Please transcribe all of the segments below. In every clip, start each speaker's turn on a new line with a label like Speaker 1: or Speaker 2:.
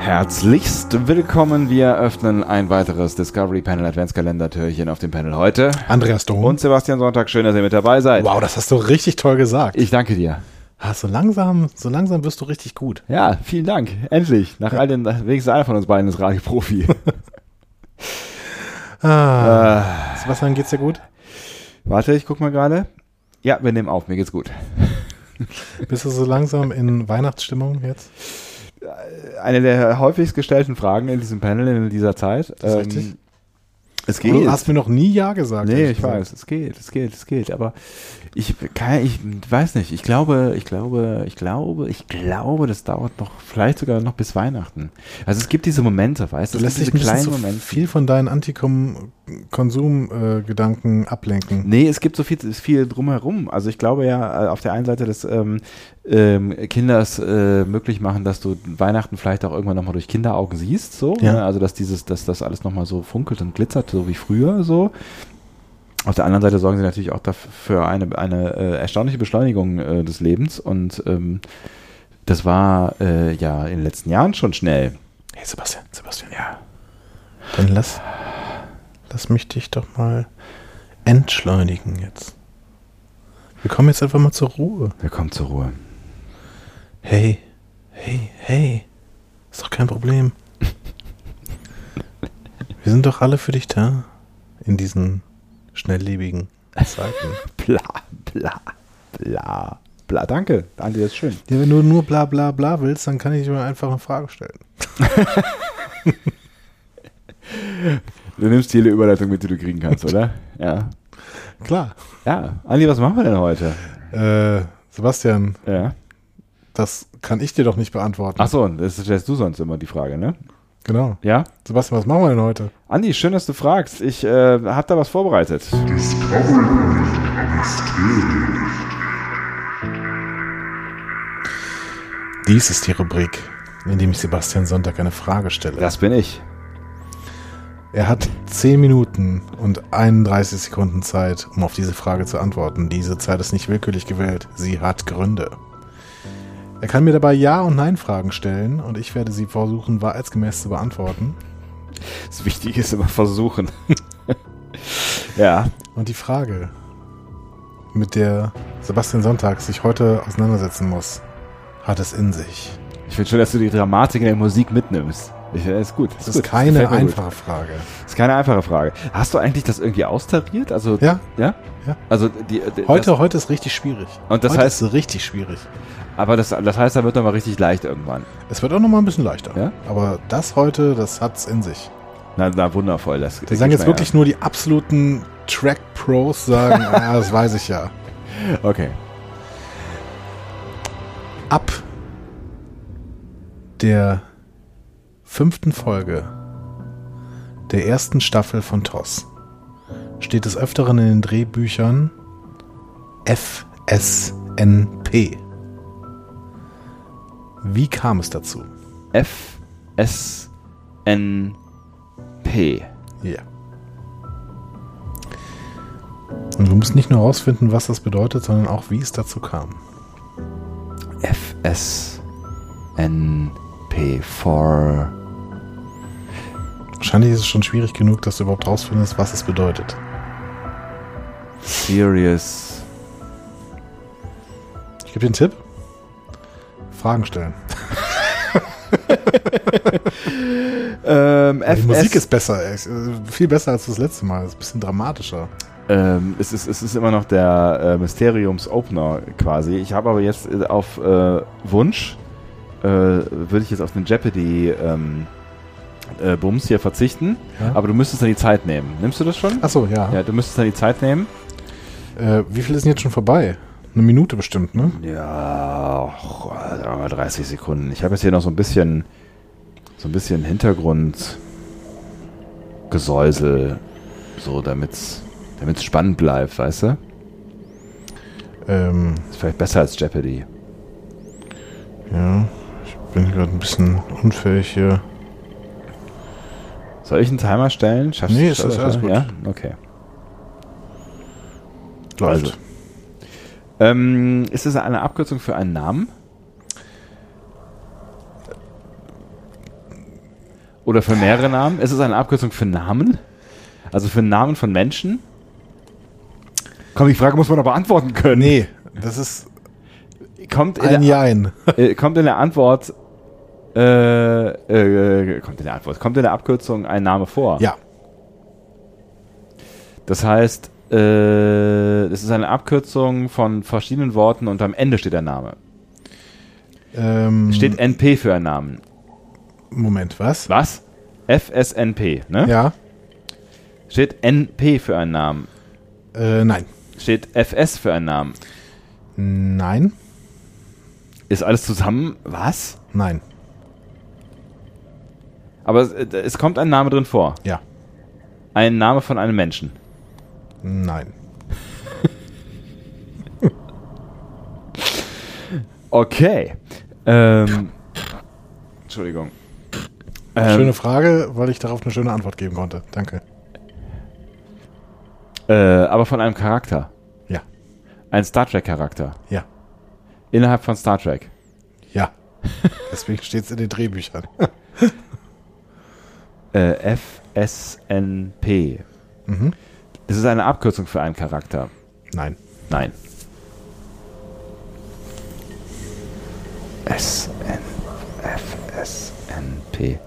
Speaker 1: Herzlichst willkommen. Wir öffnen ein weiteres Discovery Panel Adventskalender-Türchen auf dem Panel heute.
Speaker 2: Andreas Dom.
Speaker 1: Und Sebastian Sonntag, schön, dass ihr mit dabei seid.
Speaker 2: Wow, das hast du richtig toll gesagt.
Speaker 1: Ich danke dir.
Speaker 2: Ah, so langsam, so langsam wirst du richtig gut.
Speaker 1: Ja, vielen Dank. Endlich. Nach all den, wenigstens einer von uns beiden ist Radioprofi. Äh.
Speaker 2: Ah, Sebastian, geht's dir gut?
Speaker 1: Warte, ich guck mal gerade. Ja, wir nehmen auf. Mir geht's gut.
Speaker 2: Bist du so langsam in Weihnachtsstimmung jetzt?
Speaker 1: Eine der häufigst gestellten Fragen in diesem Panel in dieser Zeit. Ähm,
Speaker 2: Das ist richtig.
Speaker 1: Es geht.
Speaker 2: Du hast mir noch nie Ja gesagt.
Speaker 1: Nee,
Speaker 2: ehrlich
Speaker 1: ich
Speaker 2: gesagt.
Speaker 1: weiß, es geht, es geht, es geht. Aber ich kann, ich weiß nicht. Ich glaube, ich glaube, ich glaube, ich glaube, das dauert noch, vielleicht sogar noch bis Weihnachten. Also es gibt diese Momente, weißt
Speaker 2: Du
Speaker 1: du? Es
Speaker 2: lässt
Speaker 1: gibt
Speaker 2: dich
Speaker 1: diese
Speaker 2: ein bisschen
Speaker 1: kleinen
Speaker 2: zu
Speaker 1: Momente.
Speaker 2: viel von deinen Antikonsum-Gedanken ablenken.
Speaker 1: Nee, es gibt so viel, viel drumherum. Also ich glaube ja äh, auf der einen Seite, dass ähm, ähm, Kinder es äh, möglich machen, dass du Weihnachten vielleicht auch irgendwann nochmal durch Kinderaugen siehst, so.
Speaker 2: Ja.
Speaker 1: Ne? Also dass dieses, dass das alles nochmal so funkelt und glitzert, so wie früher so. Auf der anderen Seite sorgen sie natürlich auch dafür eine, eine äh, erstaunliche Beschleunigung äh, des Lebens und ähm, das war äh, ja in den letzten Jahren schon schnell.
Speaker 2: Hey, Sebastian, Sebastian.
Speaker 1: Ja.
Speaker 2: Dann lass, lass mich dich doch mal entschleunigen jetzt. Wir kommen jetzt einfach mal zur Ruhe.
Speaker 1: Willkommen zur Ruhe.
Speaker 2: Hey, hey, hey. Ist doch kein Problem. Wir sind doch alle für dich da. In diesen schnelllebigen Zeiten.
Speaker 1: Bla, bla, bla, bla. Danke, Andi, das ist schön.
Speaker 2: Ja, wenn du nur bla bla bla willst, dann kann ich dir einfach eine Frage stellen.
Speaker 1: Du nimmst jede Überleitung mit, die du kriegen kannst, oder? ja.
Speaker 2: Klar.
Speaker 1: Ja. Andi, was machen wir denn heute?
Speaker 2: Äh, Sebastian,
Speaker 1: Ja.
Speaker 2: das kann ich dir doch nicht beantworten.
Speaker 1: Achso, das stellst du sonst immer die Frage, ne?
Speaker 2: Genau.
Speaker 1: Ja.
Speaker 2: Sebastian, was machen wir denn heute?
Speaker 1: Andi, schön, dass du fragst. Ich äh, hab da was vorbereitet.
Speaker 2: Dies ist die Rubrik, in dem ich Sebastian Sonntag eine Frage stelle.
Speaker 1: Das bin ich.
Speaker 2: Er hat 10 Minuten und 31 Sekunden Zeit, um auf diese Frage zu antworten. Diese Zeit ist nicht willkürlich gewählt. Sie hat Gründe. Er kann mir dabei Ja- und Nein-Fragen stellen und ich werde sie versuchen, wahrheitsgemäß zu beantworten.
Speaker 1: Das Wichtige ist immer versuchen. ja.
Speaker 2: Und die Frage, mit der Sebastian Sonntag sich heute auseinandersetzen muss, hat es in sich.
Speaker 1: Ich finde schön, dass du die Dramatik in der Musik mitnimmst. Ich, finde, das ist gut.
Speaker 2: Es
Speaker 1: gut.
Speaker 2: ist keine
Speaker 1: gefällt mir gut.
Speaker 2: einfache Frage.
Speaker 1: Das ist keine einfache Frage. Hast du eigentlich das irgendwie austariert? Also,
Speaker 2: Ja,
Speaker 1: ja?
Speaker 2: Ja.
Speaker 1: Also, die, die,
Speaker 2: heute, heute ist richtig schwierig.
Speaker 1: Und das
Speaker 2: heute
Speaker 1: heißt-
Speaker 2: ist richtig schwierig.
Speaker 1: Das, aber das, das heißt, da wird nochmal richtig leicht irgendwann.
Speaker 2: Es wird auch nochmal ein bisschen leichter.
Speaker 1: Ja?
Speaker 2: Aber das heute, das hat's in sich.
Speaker 1: Na, na wundervoll. Das,
Speaker 2: Die sagen jetzt wirklich nur die absoluten Track-Pros, sagen, ah, das weiß ich ja.
Speaker 1: Okay.
Speaker 2: Ab der fünften Folge der ersten Staffel von TOS steht des Öfteren in den Drehbüchern FSNP. Wie kam es dazu?
Speaker 1: F S N P.
Speaker 2: Ja. Und wir müssen nicht nur herausfinden, was das bedeutet, sondern auch, wie es dazu kam.
Speaker 1: F S N P for
Speaker 2: Wahrscheinlich ist es schon schwierig genug, dass du überhaupt rausfindest, was es bedeutet.
Speaker 1: Serious.
Speaker 2: Ich gebe dir einen Tipp. Fragen stellen.
Speaker 1: Ähm,
Speaker 2: Also Die Musik ist besser, ey. Ist, äh, viel besser als das letzte Mal. Ist ein bisschen dramatischer.
Speaker 1: Ähm, es, ist, es ist immer noch der äh, Mysteriums-Opener quasi. Ich habe aber jetzt äh, auf äh, Wunsch, äh, würde ich jetzt auf den Jeopardy ähm, äh, Bums hier verzichten.
Speaker 2: Ja.
Speaker 1: Aber du müsstest dann die Zeit nehmen. Nimmst du das schon?
Speaker 2: Achso, ja.
Speaker 1: Ja, du müsstest dann die Zeit nehmen.
Speaker 2: Äh, wie viel ist denn jetzt schon vorbei? Eine Minute bestimmt, ne?
Speaker 1: Ja, och, sagen wir mal 30 Sekunden. Ich habe jetzt hier noch so ein bisschen, so ein bisschen Hintergrundgesäusel, so damit's, damit's spannend bleibt, weißt du?
Speaker 2: Ähm,
Speaker 1: Ist vielleicht besser als Jeopardy.
Speaker 2: ja. Ich bin gerade ein bisschen unfähig hier.
Speaker 1: Soll ich einen Timer stellen? Schaffst
Speaker 2: Nee,
Speaker 1: du
Speaker 2: es ist alles gut.
Speaker 1: Ja, okay.
Speaker 2: Läuft.
Speaker 1: Also. Ähm, ist es eine Abkürzung für einen Namen? Oder für mehrere Namen? Ist es eine Abkürzung für Namen? Also für Namen von Menschen? Komm, die Frage muss man doch beantworten können.
Speaker 2: Nee, das ist
Speaker 1: Kommt in,
Speaker 2: ein
Speaker 1: der,
Speaker 2: Jein.
Speaker 1: äh, kommt in der Antwort. Äh, äh, kommt in der Antwort. Kommt in der Abkürzung ein Name vor.
Speaker 2: Ja,
Speaker 1: Das heißt, äh, es ist eine Abkürzung von verschiedenen Worten und am Ende steht ein Name.
Speaker 2: ähm,
Speaker 1: Steht NP für einen Namen.
Speaker 2: Moment, was?
Speaker 1: Was? FSNP, ne?
Speaker 2: Ja,
Speaker 1: Steht NP für einen Namen.
Speaker 2: äh, nein.
Speaker 1: Steht FS für einen Namen.
Speaker 2: Nein,
Speaker 1: Ist alles zusammen? Was?
Speaker 2: nein,
Speaker 1: Aber es, äh, es kommt ein Name drin vor.
Speaker 2: ja,
Speaker 1: Ein Name von einem Menschen.
Speaker 2: nein.
Speaker 1: Okay. Ähm, Entschuldigung. Ähm,
Speaker 2: Schöne Frage, weil ich darauf eine schöne Antwort geben konnte. Danke.
Speaker 1: Äh, aber von einem Charakter.
Speaker 2: Ja,
Speaker 1: Ein Star Trek-Charakter.
Speaker 2: ja,
Speaker 1: Innerhalb von Star Trek.
Speaker 2: ja. Deswegen steht es in den Drehbüchern.
Speaker 1: Äh, FSNP.
Speaker 2: Mhm.
Speaker 1: Das ist eine Abkürzung für einen Charakter.
Speaker 2: Nein.
Speaker 1: Nein. SN, FSNP.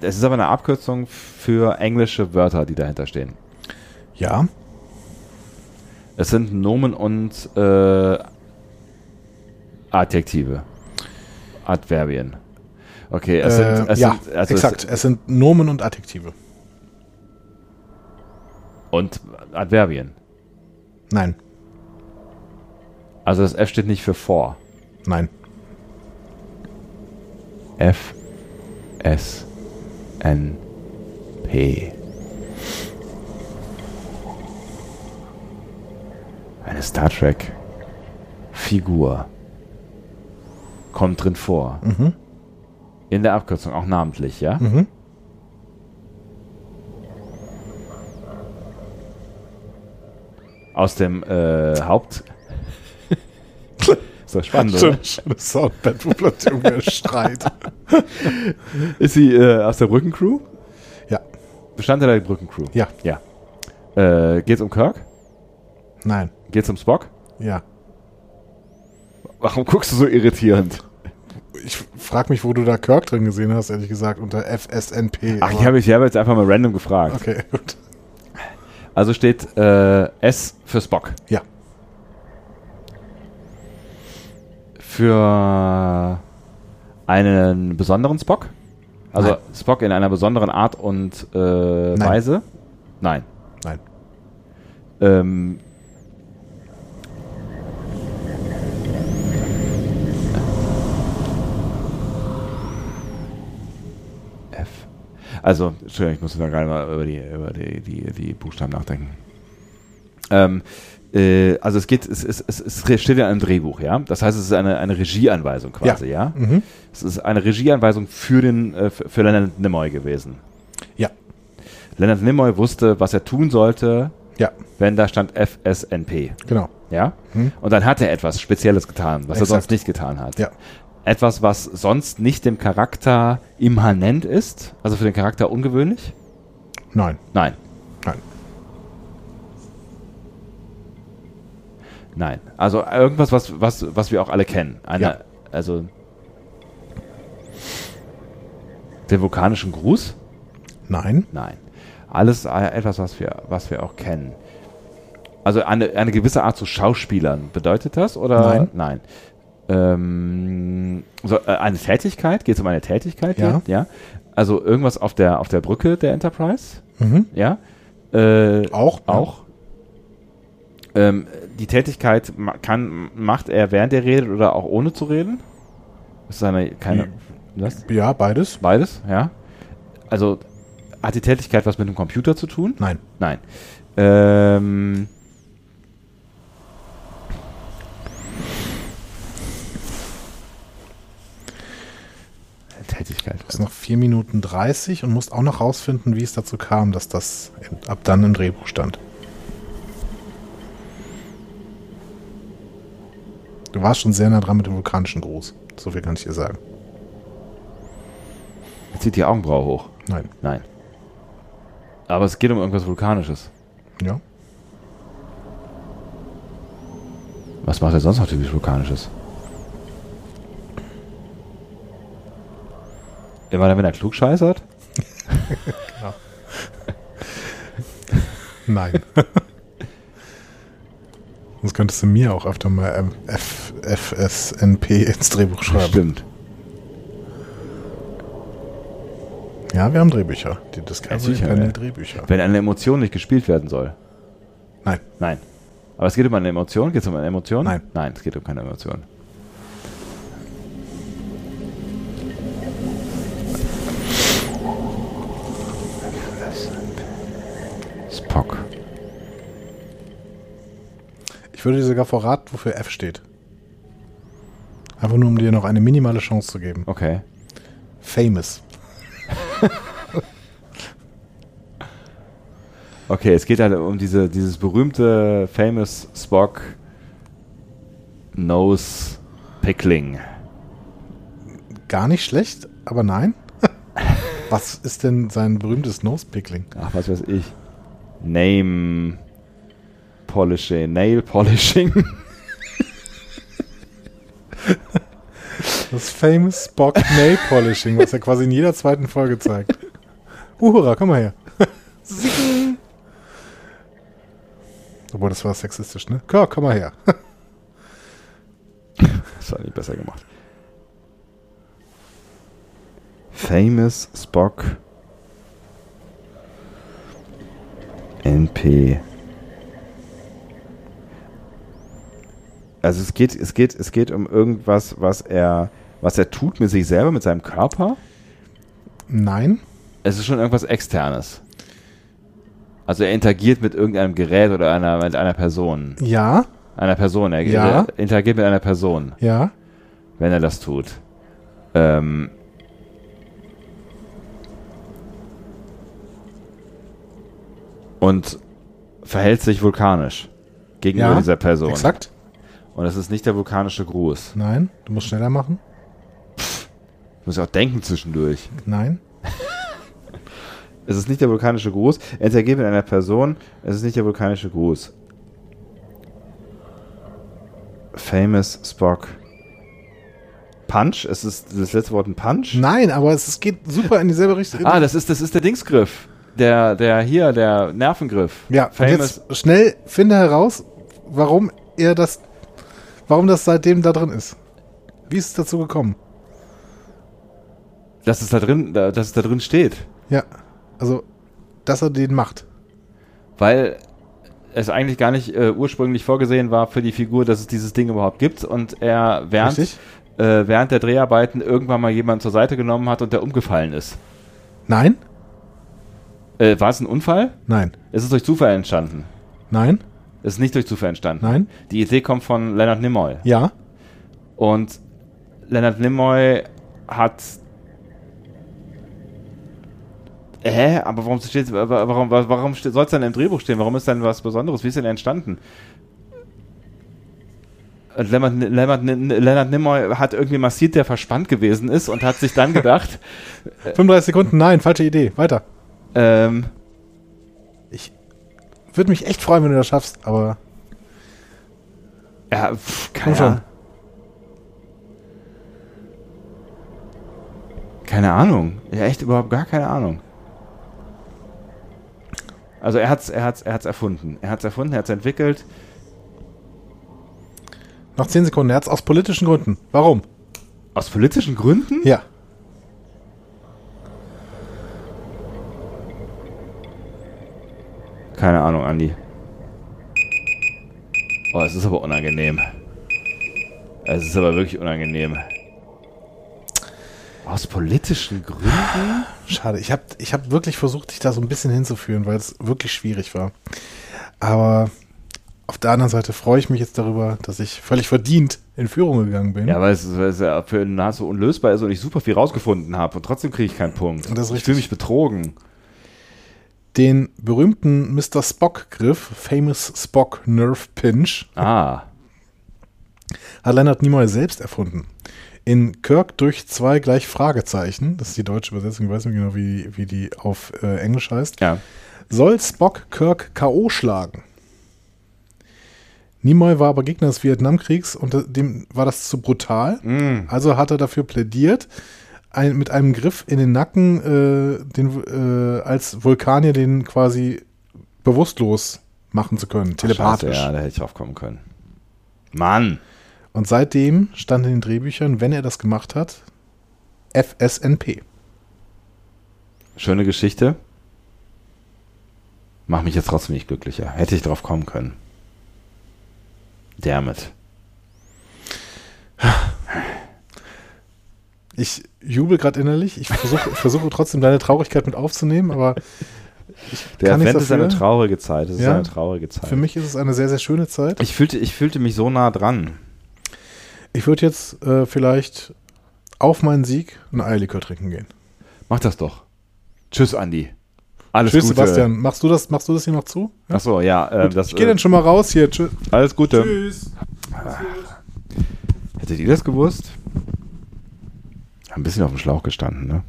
Speaker 1: Das ist aber eine Abkürzung für englische Wörter, die dahinter stehen.
Speaker 2: Ja,
Speaker 1: Es sind Nomen und äh, Adjektive. Adverbien. Okay, es sind.
Speaker 2: äh,
Speaker 1: Es
Speaker 2: ja,
Speaker 1: sind also
Speaker 2: exakt.
Speaker 1: Es,
Speaker 2: Es sind Nomen und Adjektive.
Speaker 1: und Adverbien.
Speaker 2: Nein,
Speaker 1: Also das F steht nicht für vor.
Speaker 2: nein,
Speaker 1: F, S, N, P. Eine Star Trek-Figur kommt drin vor. In der Abkürzung, auch namentlich, ja?
Speaker 2: Mhm.
Speaker 1: Aus dem äh, Haupt. so spannend, oder?
Speaker 2: Schön- Schönes Soundbett, wo plötzlich irgendwer schreit.
Speaker 1: Ist sie äh, aus der Brückencrew?
Speaker 2: Ja,
Speaker 1: Bestandteil der Brückencrew.
Speaker 2: ja,
Speaker 1: Ja. Äh, geht's um Kirk?
Speaker 2: nein,
Speaker 1: Geht's um Spock?
Speaker 2: ja.
Speaker 1: Warum guckst du so irritierend?
Speaker 2: Ich frage mich, wo du da Kirk drin gesehen hast, ehrlich gesagt, unter FSNP.
Speaker 1: Ach,
Speaker 2: aber-
Speaker 1: ich habe ich habe jetzt einfach mal random gefragt.
Speaker 2: Okay, gut.
Speaker 1: Also steht äh, S für Spock.
Speaker 2: Ja,
Speaker 1: Für einen besonderen Spock? Also
Speaker 2: Nein.
Speaker 1: Spock in einer besonderen Art und äh, Weise? Nein.
Speaker 2: nein,
Speaker 1: Ähm, F. Also, Entschuldigung, ich muss da gerade mal über die, über die, die, die Buchstaben nachdenken. Ähm, äh, also es geht, es, es, es, es steht in einem Drehbuch, ja. Das heißt, es ist eine, eine Regieanweisung quasi, ja.
Speaker 2: Mhm.
Speaker 1: Es ist eine Regieanweisung für den äh, für für Leonard Nimoy gewesen.
Speaker 2: ja,
Speaker 1: Leonard Nimoy wusste, was er tun sollte,
Speaker 2: ja,
Speaker 1: wenn da stand FSNP.
Speaker 2: genau.
Speaker 1: Ja? Und dann hat er etwas Spezielles getan, was er
Speaker 2: Exakt.
Speaker 1: sonst nicht getan hat.
Speaker 2: Ja,
Speaker 1: Etwas, was sonst nicht dem Charakter immanent ist, also für den Charakter ungewöhnlich?
Speaker 2: nein,
Speaker 1: Nein,
Speaker 2: nein,
Speaker 1: nein. Also irgendwas, was, was, was wir auch alle kennen. Eine,
Speaker 2: Ja.
Speaker 1: Also den vulkanischen Gruß?
Speaker 2: nein,
Speaker 1: Nein. Alles äh, etwas, was wir, was wir auch kennen. Also eine, eine gewisse Art zu Schauspielern, bedeutet das? Oder
Speaker 2: Nein.
Speaker 1: Nein. Ähm, so, äh, eine Tätigkeit? Geht es um eine Tätigkeit?
Speaker 2: Ja.
Speaker 1: hier? ja. Also irgendwas auf der, auf der Brücke der Enterprise?
Speaker 2: Mhm.
Speaker 1: Ja. Äh,
Speaker 2: Auch, ja.
Speaker 1: Auch. Ähm, die Tätigkeit ma- kann, macht er während er redet oder auch ohne zu reden? Ist eine, keine, was?
Speaker 2: ja, beides,
Speaker 1: Beides, ja. Also hat die Tätigkeit was mit dem Computer zu tun?
Speaker 2: nein,
Speaker 1: Nein. Ähm, Tätigkeit.
Speaker 2: Du hast noch 4 Minuten 30 und musst auch noch rausfinden, wie es dazu kam, dass das in- ab dann im Drehbuch stand. Du warst schon sehr nah dran mit dem vulkanischen Gruß. So viel kann ich dir sagen.
Speaker 1: Zieht die Augenbraue hoch.
Speaker 2: Nein.
Speaker 1: Nein. Aber es geht um irgendwas Vulkanisches.
Speaker 2: Ja.
Speaker 1: Was macht er sonst noch typisch Vulkanisches? Immer dann, wenn er klug scheißert?
Speaker 2: Nein. Das könntest du mir auch öfter mal ähm, F FSNP ins Drehbuch schreiben.
Speaker 1: Stimmt.
Speaker 2: Ja, wir haben Drehbücher. Die Discovery
Speaker 1: sicher,
Speaker 2: Panel
Speaker 1: ja.
Speaker 2: Drehbücher.
Speaker 1: Wenn eine Emotion nicht gespielt werden soll.
Speaker 2: Nein.
Speaker 1: Nein. Aber es geht um eine Emotion? Geht es um eine Emotion?
Speaker 2: Nein.
Speaker 1: Nein, es geht um keine Emotion. Spock.
Speaker 2: Ich würde dir sogar verraten, wofür F steht. Einfach nur, um dir noch eine minimale Chance zu geben.
Speaker 1: Okay.
Speaker 2: Famous.
Speaker 1: Okay, es geht halt um diese, dieses berühmte Famous Spock Nose Pickling.
Speaker 2: Gar nicht schlecht, aber nein. Was ist denn sein berühmtes Nose-Pickling?
Speaker 1: Ach, was weiß ich. Name Polishing. Nail Polishing.
Speaker 2: Das Famous Spock Nail Polishing, was er quasi in jeder zweiten Folge zeigt. Uhura, komm mal her. Zing. Obwohl, das war sexistisch, ne? Komm, komm mal her.
Speaker 1: Das war nicht besser gemacht. Famous Spock NP. Also es geht, es geht, es geht um irgendwas, was er, was er tut mit sich selber, mit seinem Körper.
Speaker 2: Nein,
Speaker 1: Es ist schon irgendwas Externes. Also er interagiert mit irgendeinem Gerät oder einer, mit einer Person.
Speaker 2: ja,
Speaker 1: Einer Person. Er
Speaker 2: Ja.
Speaker 1: er interagiert mit einer Person
Speaker 2: ja.
Speaker 1: wenn er das tut. Ähm, und verhält sich vulkanisch gegenüber
Speaker 2: Ja,
Speaker 1: dieser Person.
Speaker 2: Exakt.
Speaker 1: Und das ist nicht der vulkanische Gruß.
Speaker 2: Nein, du musst schneller machen.
Speaker 1: Ich muss auch denken zwischendurch.
Speaker 2: Nein,
Speaker 1: Es ist nicht der vulkanische Gruß. Er interagiert mit einer Person. Es ist nicht der vulkanische Gruß. Famous Spock. Punch? Es ist das letzte Wort ein Punch?
Speaker 2: nein, aber es, es geht super in dieselbe Richtung.
Speaker 1: Ah, das ist, das ist der Dingsgriff. Der, der hier, der Nervengriff.
Speaker 2: ja, und
Speaker 1: Famous.
Speaker 2: jetzt schnell finde heraus, warum er das, warum das seitdem da drin ist. Wie ist es dazu gekommen?
Speaker 1: Dass es da drin, da- dass es da drin steht.
Speaker 2: Ja, also, dass er den macht.
Speaker 1: Weil es eigentlich gar nicht äh, ursprünglich vorgesehen war für die Figur, dass es dieses Ding überhaupt gibt und er während, äh,
Speaker 2: Richtig?
Speaker 1: während der Dreharbeiten irgendwann mal jemanden zur Seite genommen hat und der umgefallen ist.
Speaker 2: Nein,
Speaker 1: Äh, war es ein Unfall?
Speaker 2: nein,
Speaker 1: Ist es durch Zufall entstanden?
Speaker 2: nein,
Speaker 1: Ist es nicht durch Zufall entstanden?
Speaker 2: nein,
Speaker 1: Die Idee kommt von Leonard Nimoy.
Speaker 2: ja,
Speaker 1: Und Leonard Nimoy hat. Hä? Aber warum steht warum, warum soll es denn im Drehbuch stehen? Warum ist denn was Besonderes? Wie ist denn entstanden? Und Leonard, Leonard, Leonard Nimoy hat irgendwie massiert, der verspannt gewesen ist und hat sich dann gedacht,
Speaker 2: 35 Sekunden, nein, falsche Idee, weiter.
Speaker 1: ähm,
Speaker 2: Ich würde mich echt freuen, wenn du das schaffst, aber
Speaker 1: ja, pff,
Speaker 2: komm
Speaker 1: keine,
Speaker 2: schon.
Speaker 1: Ahnung. keine Ahnung. Ja, echt überhaupt gar keine Ahnung. Also er hat's, er hat's, er hat's erfunden. Er hat's erfunden, er hat's entwickelt.
Speaker 2: Noch 10 Sekunden, er hat es aus politischen Gründen. Warum?
Speaker 1: Aus politischen Gründen?
Speaker 2: Ja,
Speaker 1: Keine Ahnung, Andi. Oh, es ist aber unangenehm. Es ist aber wirklich unangenehm. Aus politischen Gründen?
Speaker 2: schade. Ich habe ich hab wirklich versucht, dich da so ein bisschen hinzuführen, weil es wirklich schwierig war. Aber auf der anderen Seite freue ich mich jetzt darüber, dass ich völlig verdient in Führung gegangen bin.
Speaker 1: Ja, weil es, weil es ja für nahezu unlösbar ist und ich super viel rausgefunden habe und trotzdem kriege ich keinen Punkt.
Speaker 2: Das ist
Speaker 1: ich fühle
Speaker 2: richtig.
Speaker 1: mich betrogen.
Speaker 2: Den berühmten Mr. Spock-Griff, Famous Spock Nerve Pinch,
Speaker 1: Ah,
Speaker 2: hat Leonard Nimoy selbst erfunden. In Kirk durch zwei gleich Fragezeichen, das ist die deutsche Übersetzung, ich weiß nicht genau, wie, wie die auf äh, Englisch heißt,
Speaker 1: Ja.
Speaker 2: soll Spock Kirk K.O. schlagen. Nimoy war aber Gegner des Vietnamkriegs und äh, dem war das zu brutal. Also hat er dafür plädiert, ein, mit einem Griff in den Nacken äh, den, äh, als Vulkanier den quasi bewusstlos machen zu können, telepathisch.
Speaker 1: Scheiße, ja, da hätte ich drauf kommen können. Mann!
Speaker 2: Und seitdem stand in den Drehbüchern, wenn er das gemacht hat, FSNP.
Speaker 1: Schöne Geschichte. Mach mich jetzt trotzdem nicht glücklicher. Hätte ich drauf kommen können. Damn it.
Speaker 2: Ich jubel gerade innerlich. Ich versuche versuche trotzdem deine Traurigkeit mit aufzunehmen, aber
Speaker 1: Der
Speaker 2: Kann ich
Speaker 1: Advent ist
Speaker 2: dafür?
Speaker 1: eine traurige Zeit. Es ist
Speaker 2: Ja.
Speaker 1: eine traurige Zeit.
Speaker 2: für mich ist es eine sehr, sehr schöne Zeit.
Speaker 1: Ich fühlte, ich fühlte mich so nah dran.
Speaker 2: Ich würde jetzt äh, vielleicht auf meinen Sieg ein Eierlikör trinken gehen.
Speaker 1: Mach das doch. Tschüss, Andi. Alles
Speaker 2: Tschüss,
Speaker 1: Gute.
Speaker 2: Sebastian. Machst du, das, machst du das hier noch zu? Ja?
Speaker 1: Achso, ja. Äh, das,
Speaker 2: Ich gehe dann schon mal raus hier. Tschüss.
Speaker 1: äh, alles Gute.
Speaker 2: Tschüss.
Speaker 1: Hättet ihr das gewusst? Ein bisschen auf dem Schlauch gestanden, ne?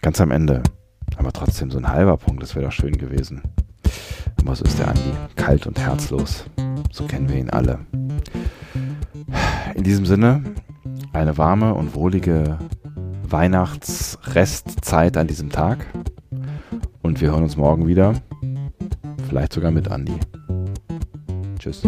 Speaker 1: Ganz am Ende. Aber trotzdem so ein halber Punkt, das wäre doch schön gewesen. Aber so ist der Andi. Kalt und herzlos. So kennen wir ihn alle. In diesem Sinne, eine warme und wohlige Weihnachtsrestzeit an diesem Tag. Und wir hören uns morgen wieder. Vielleicht sogar mit Andi. Tschüss.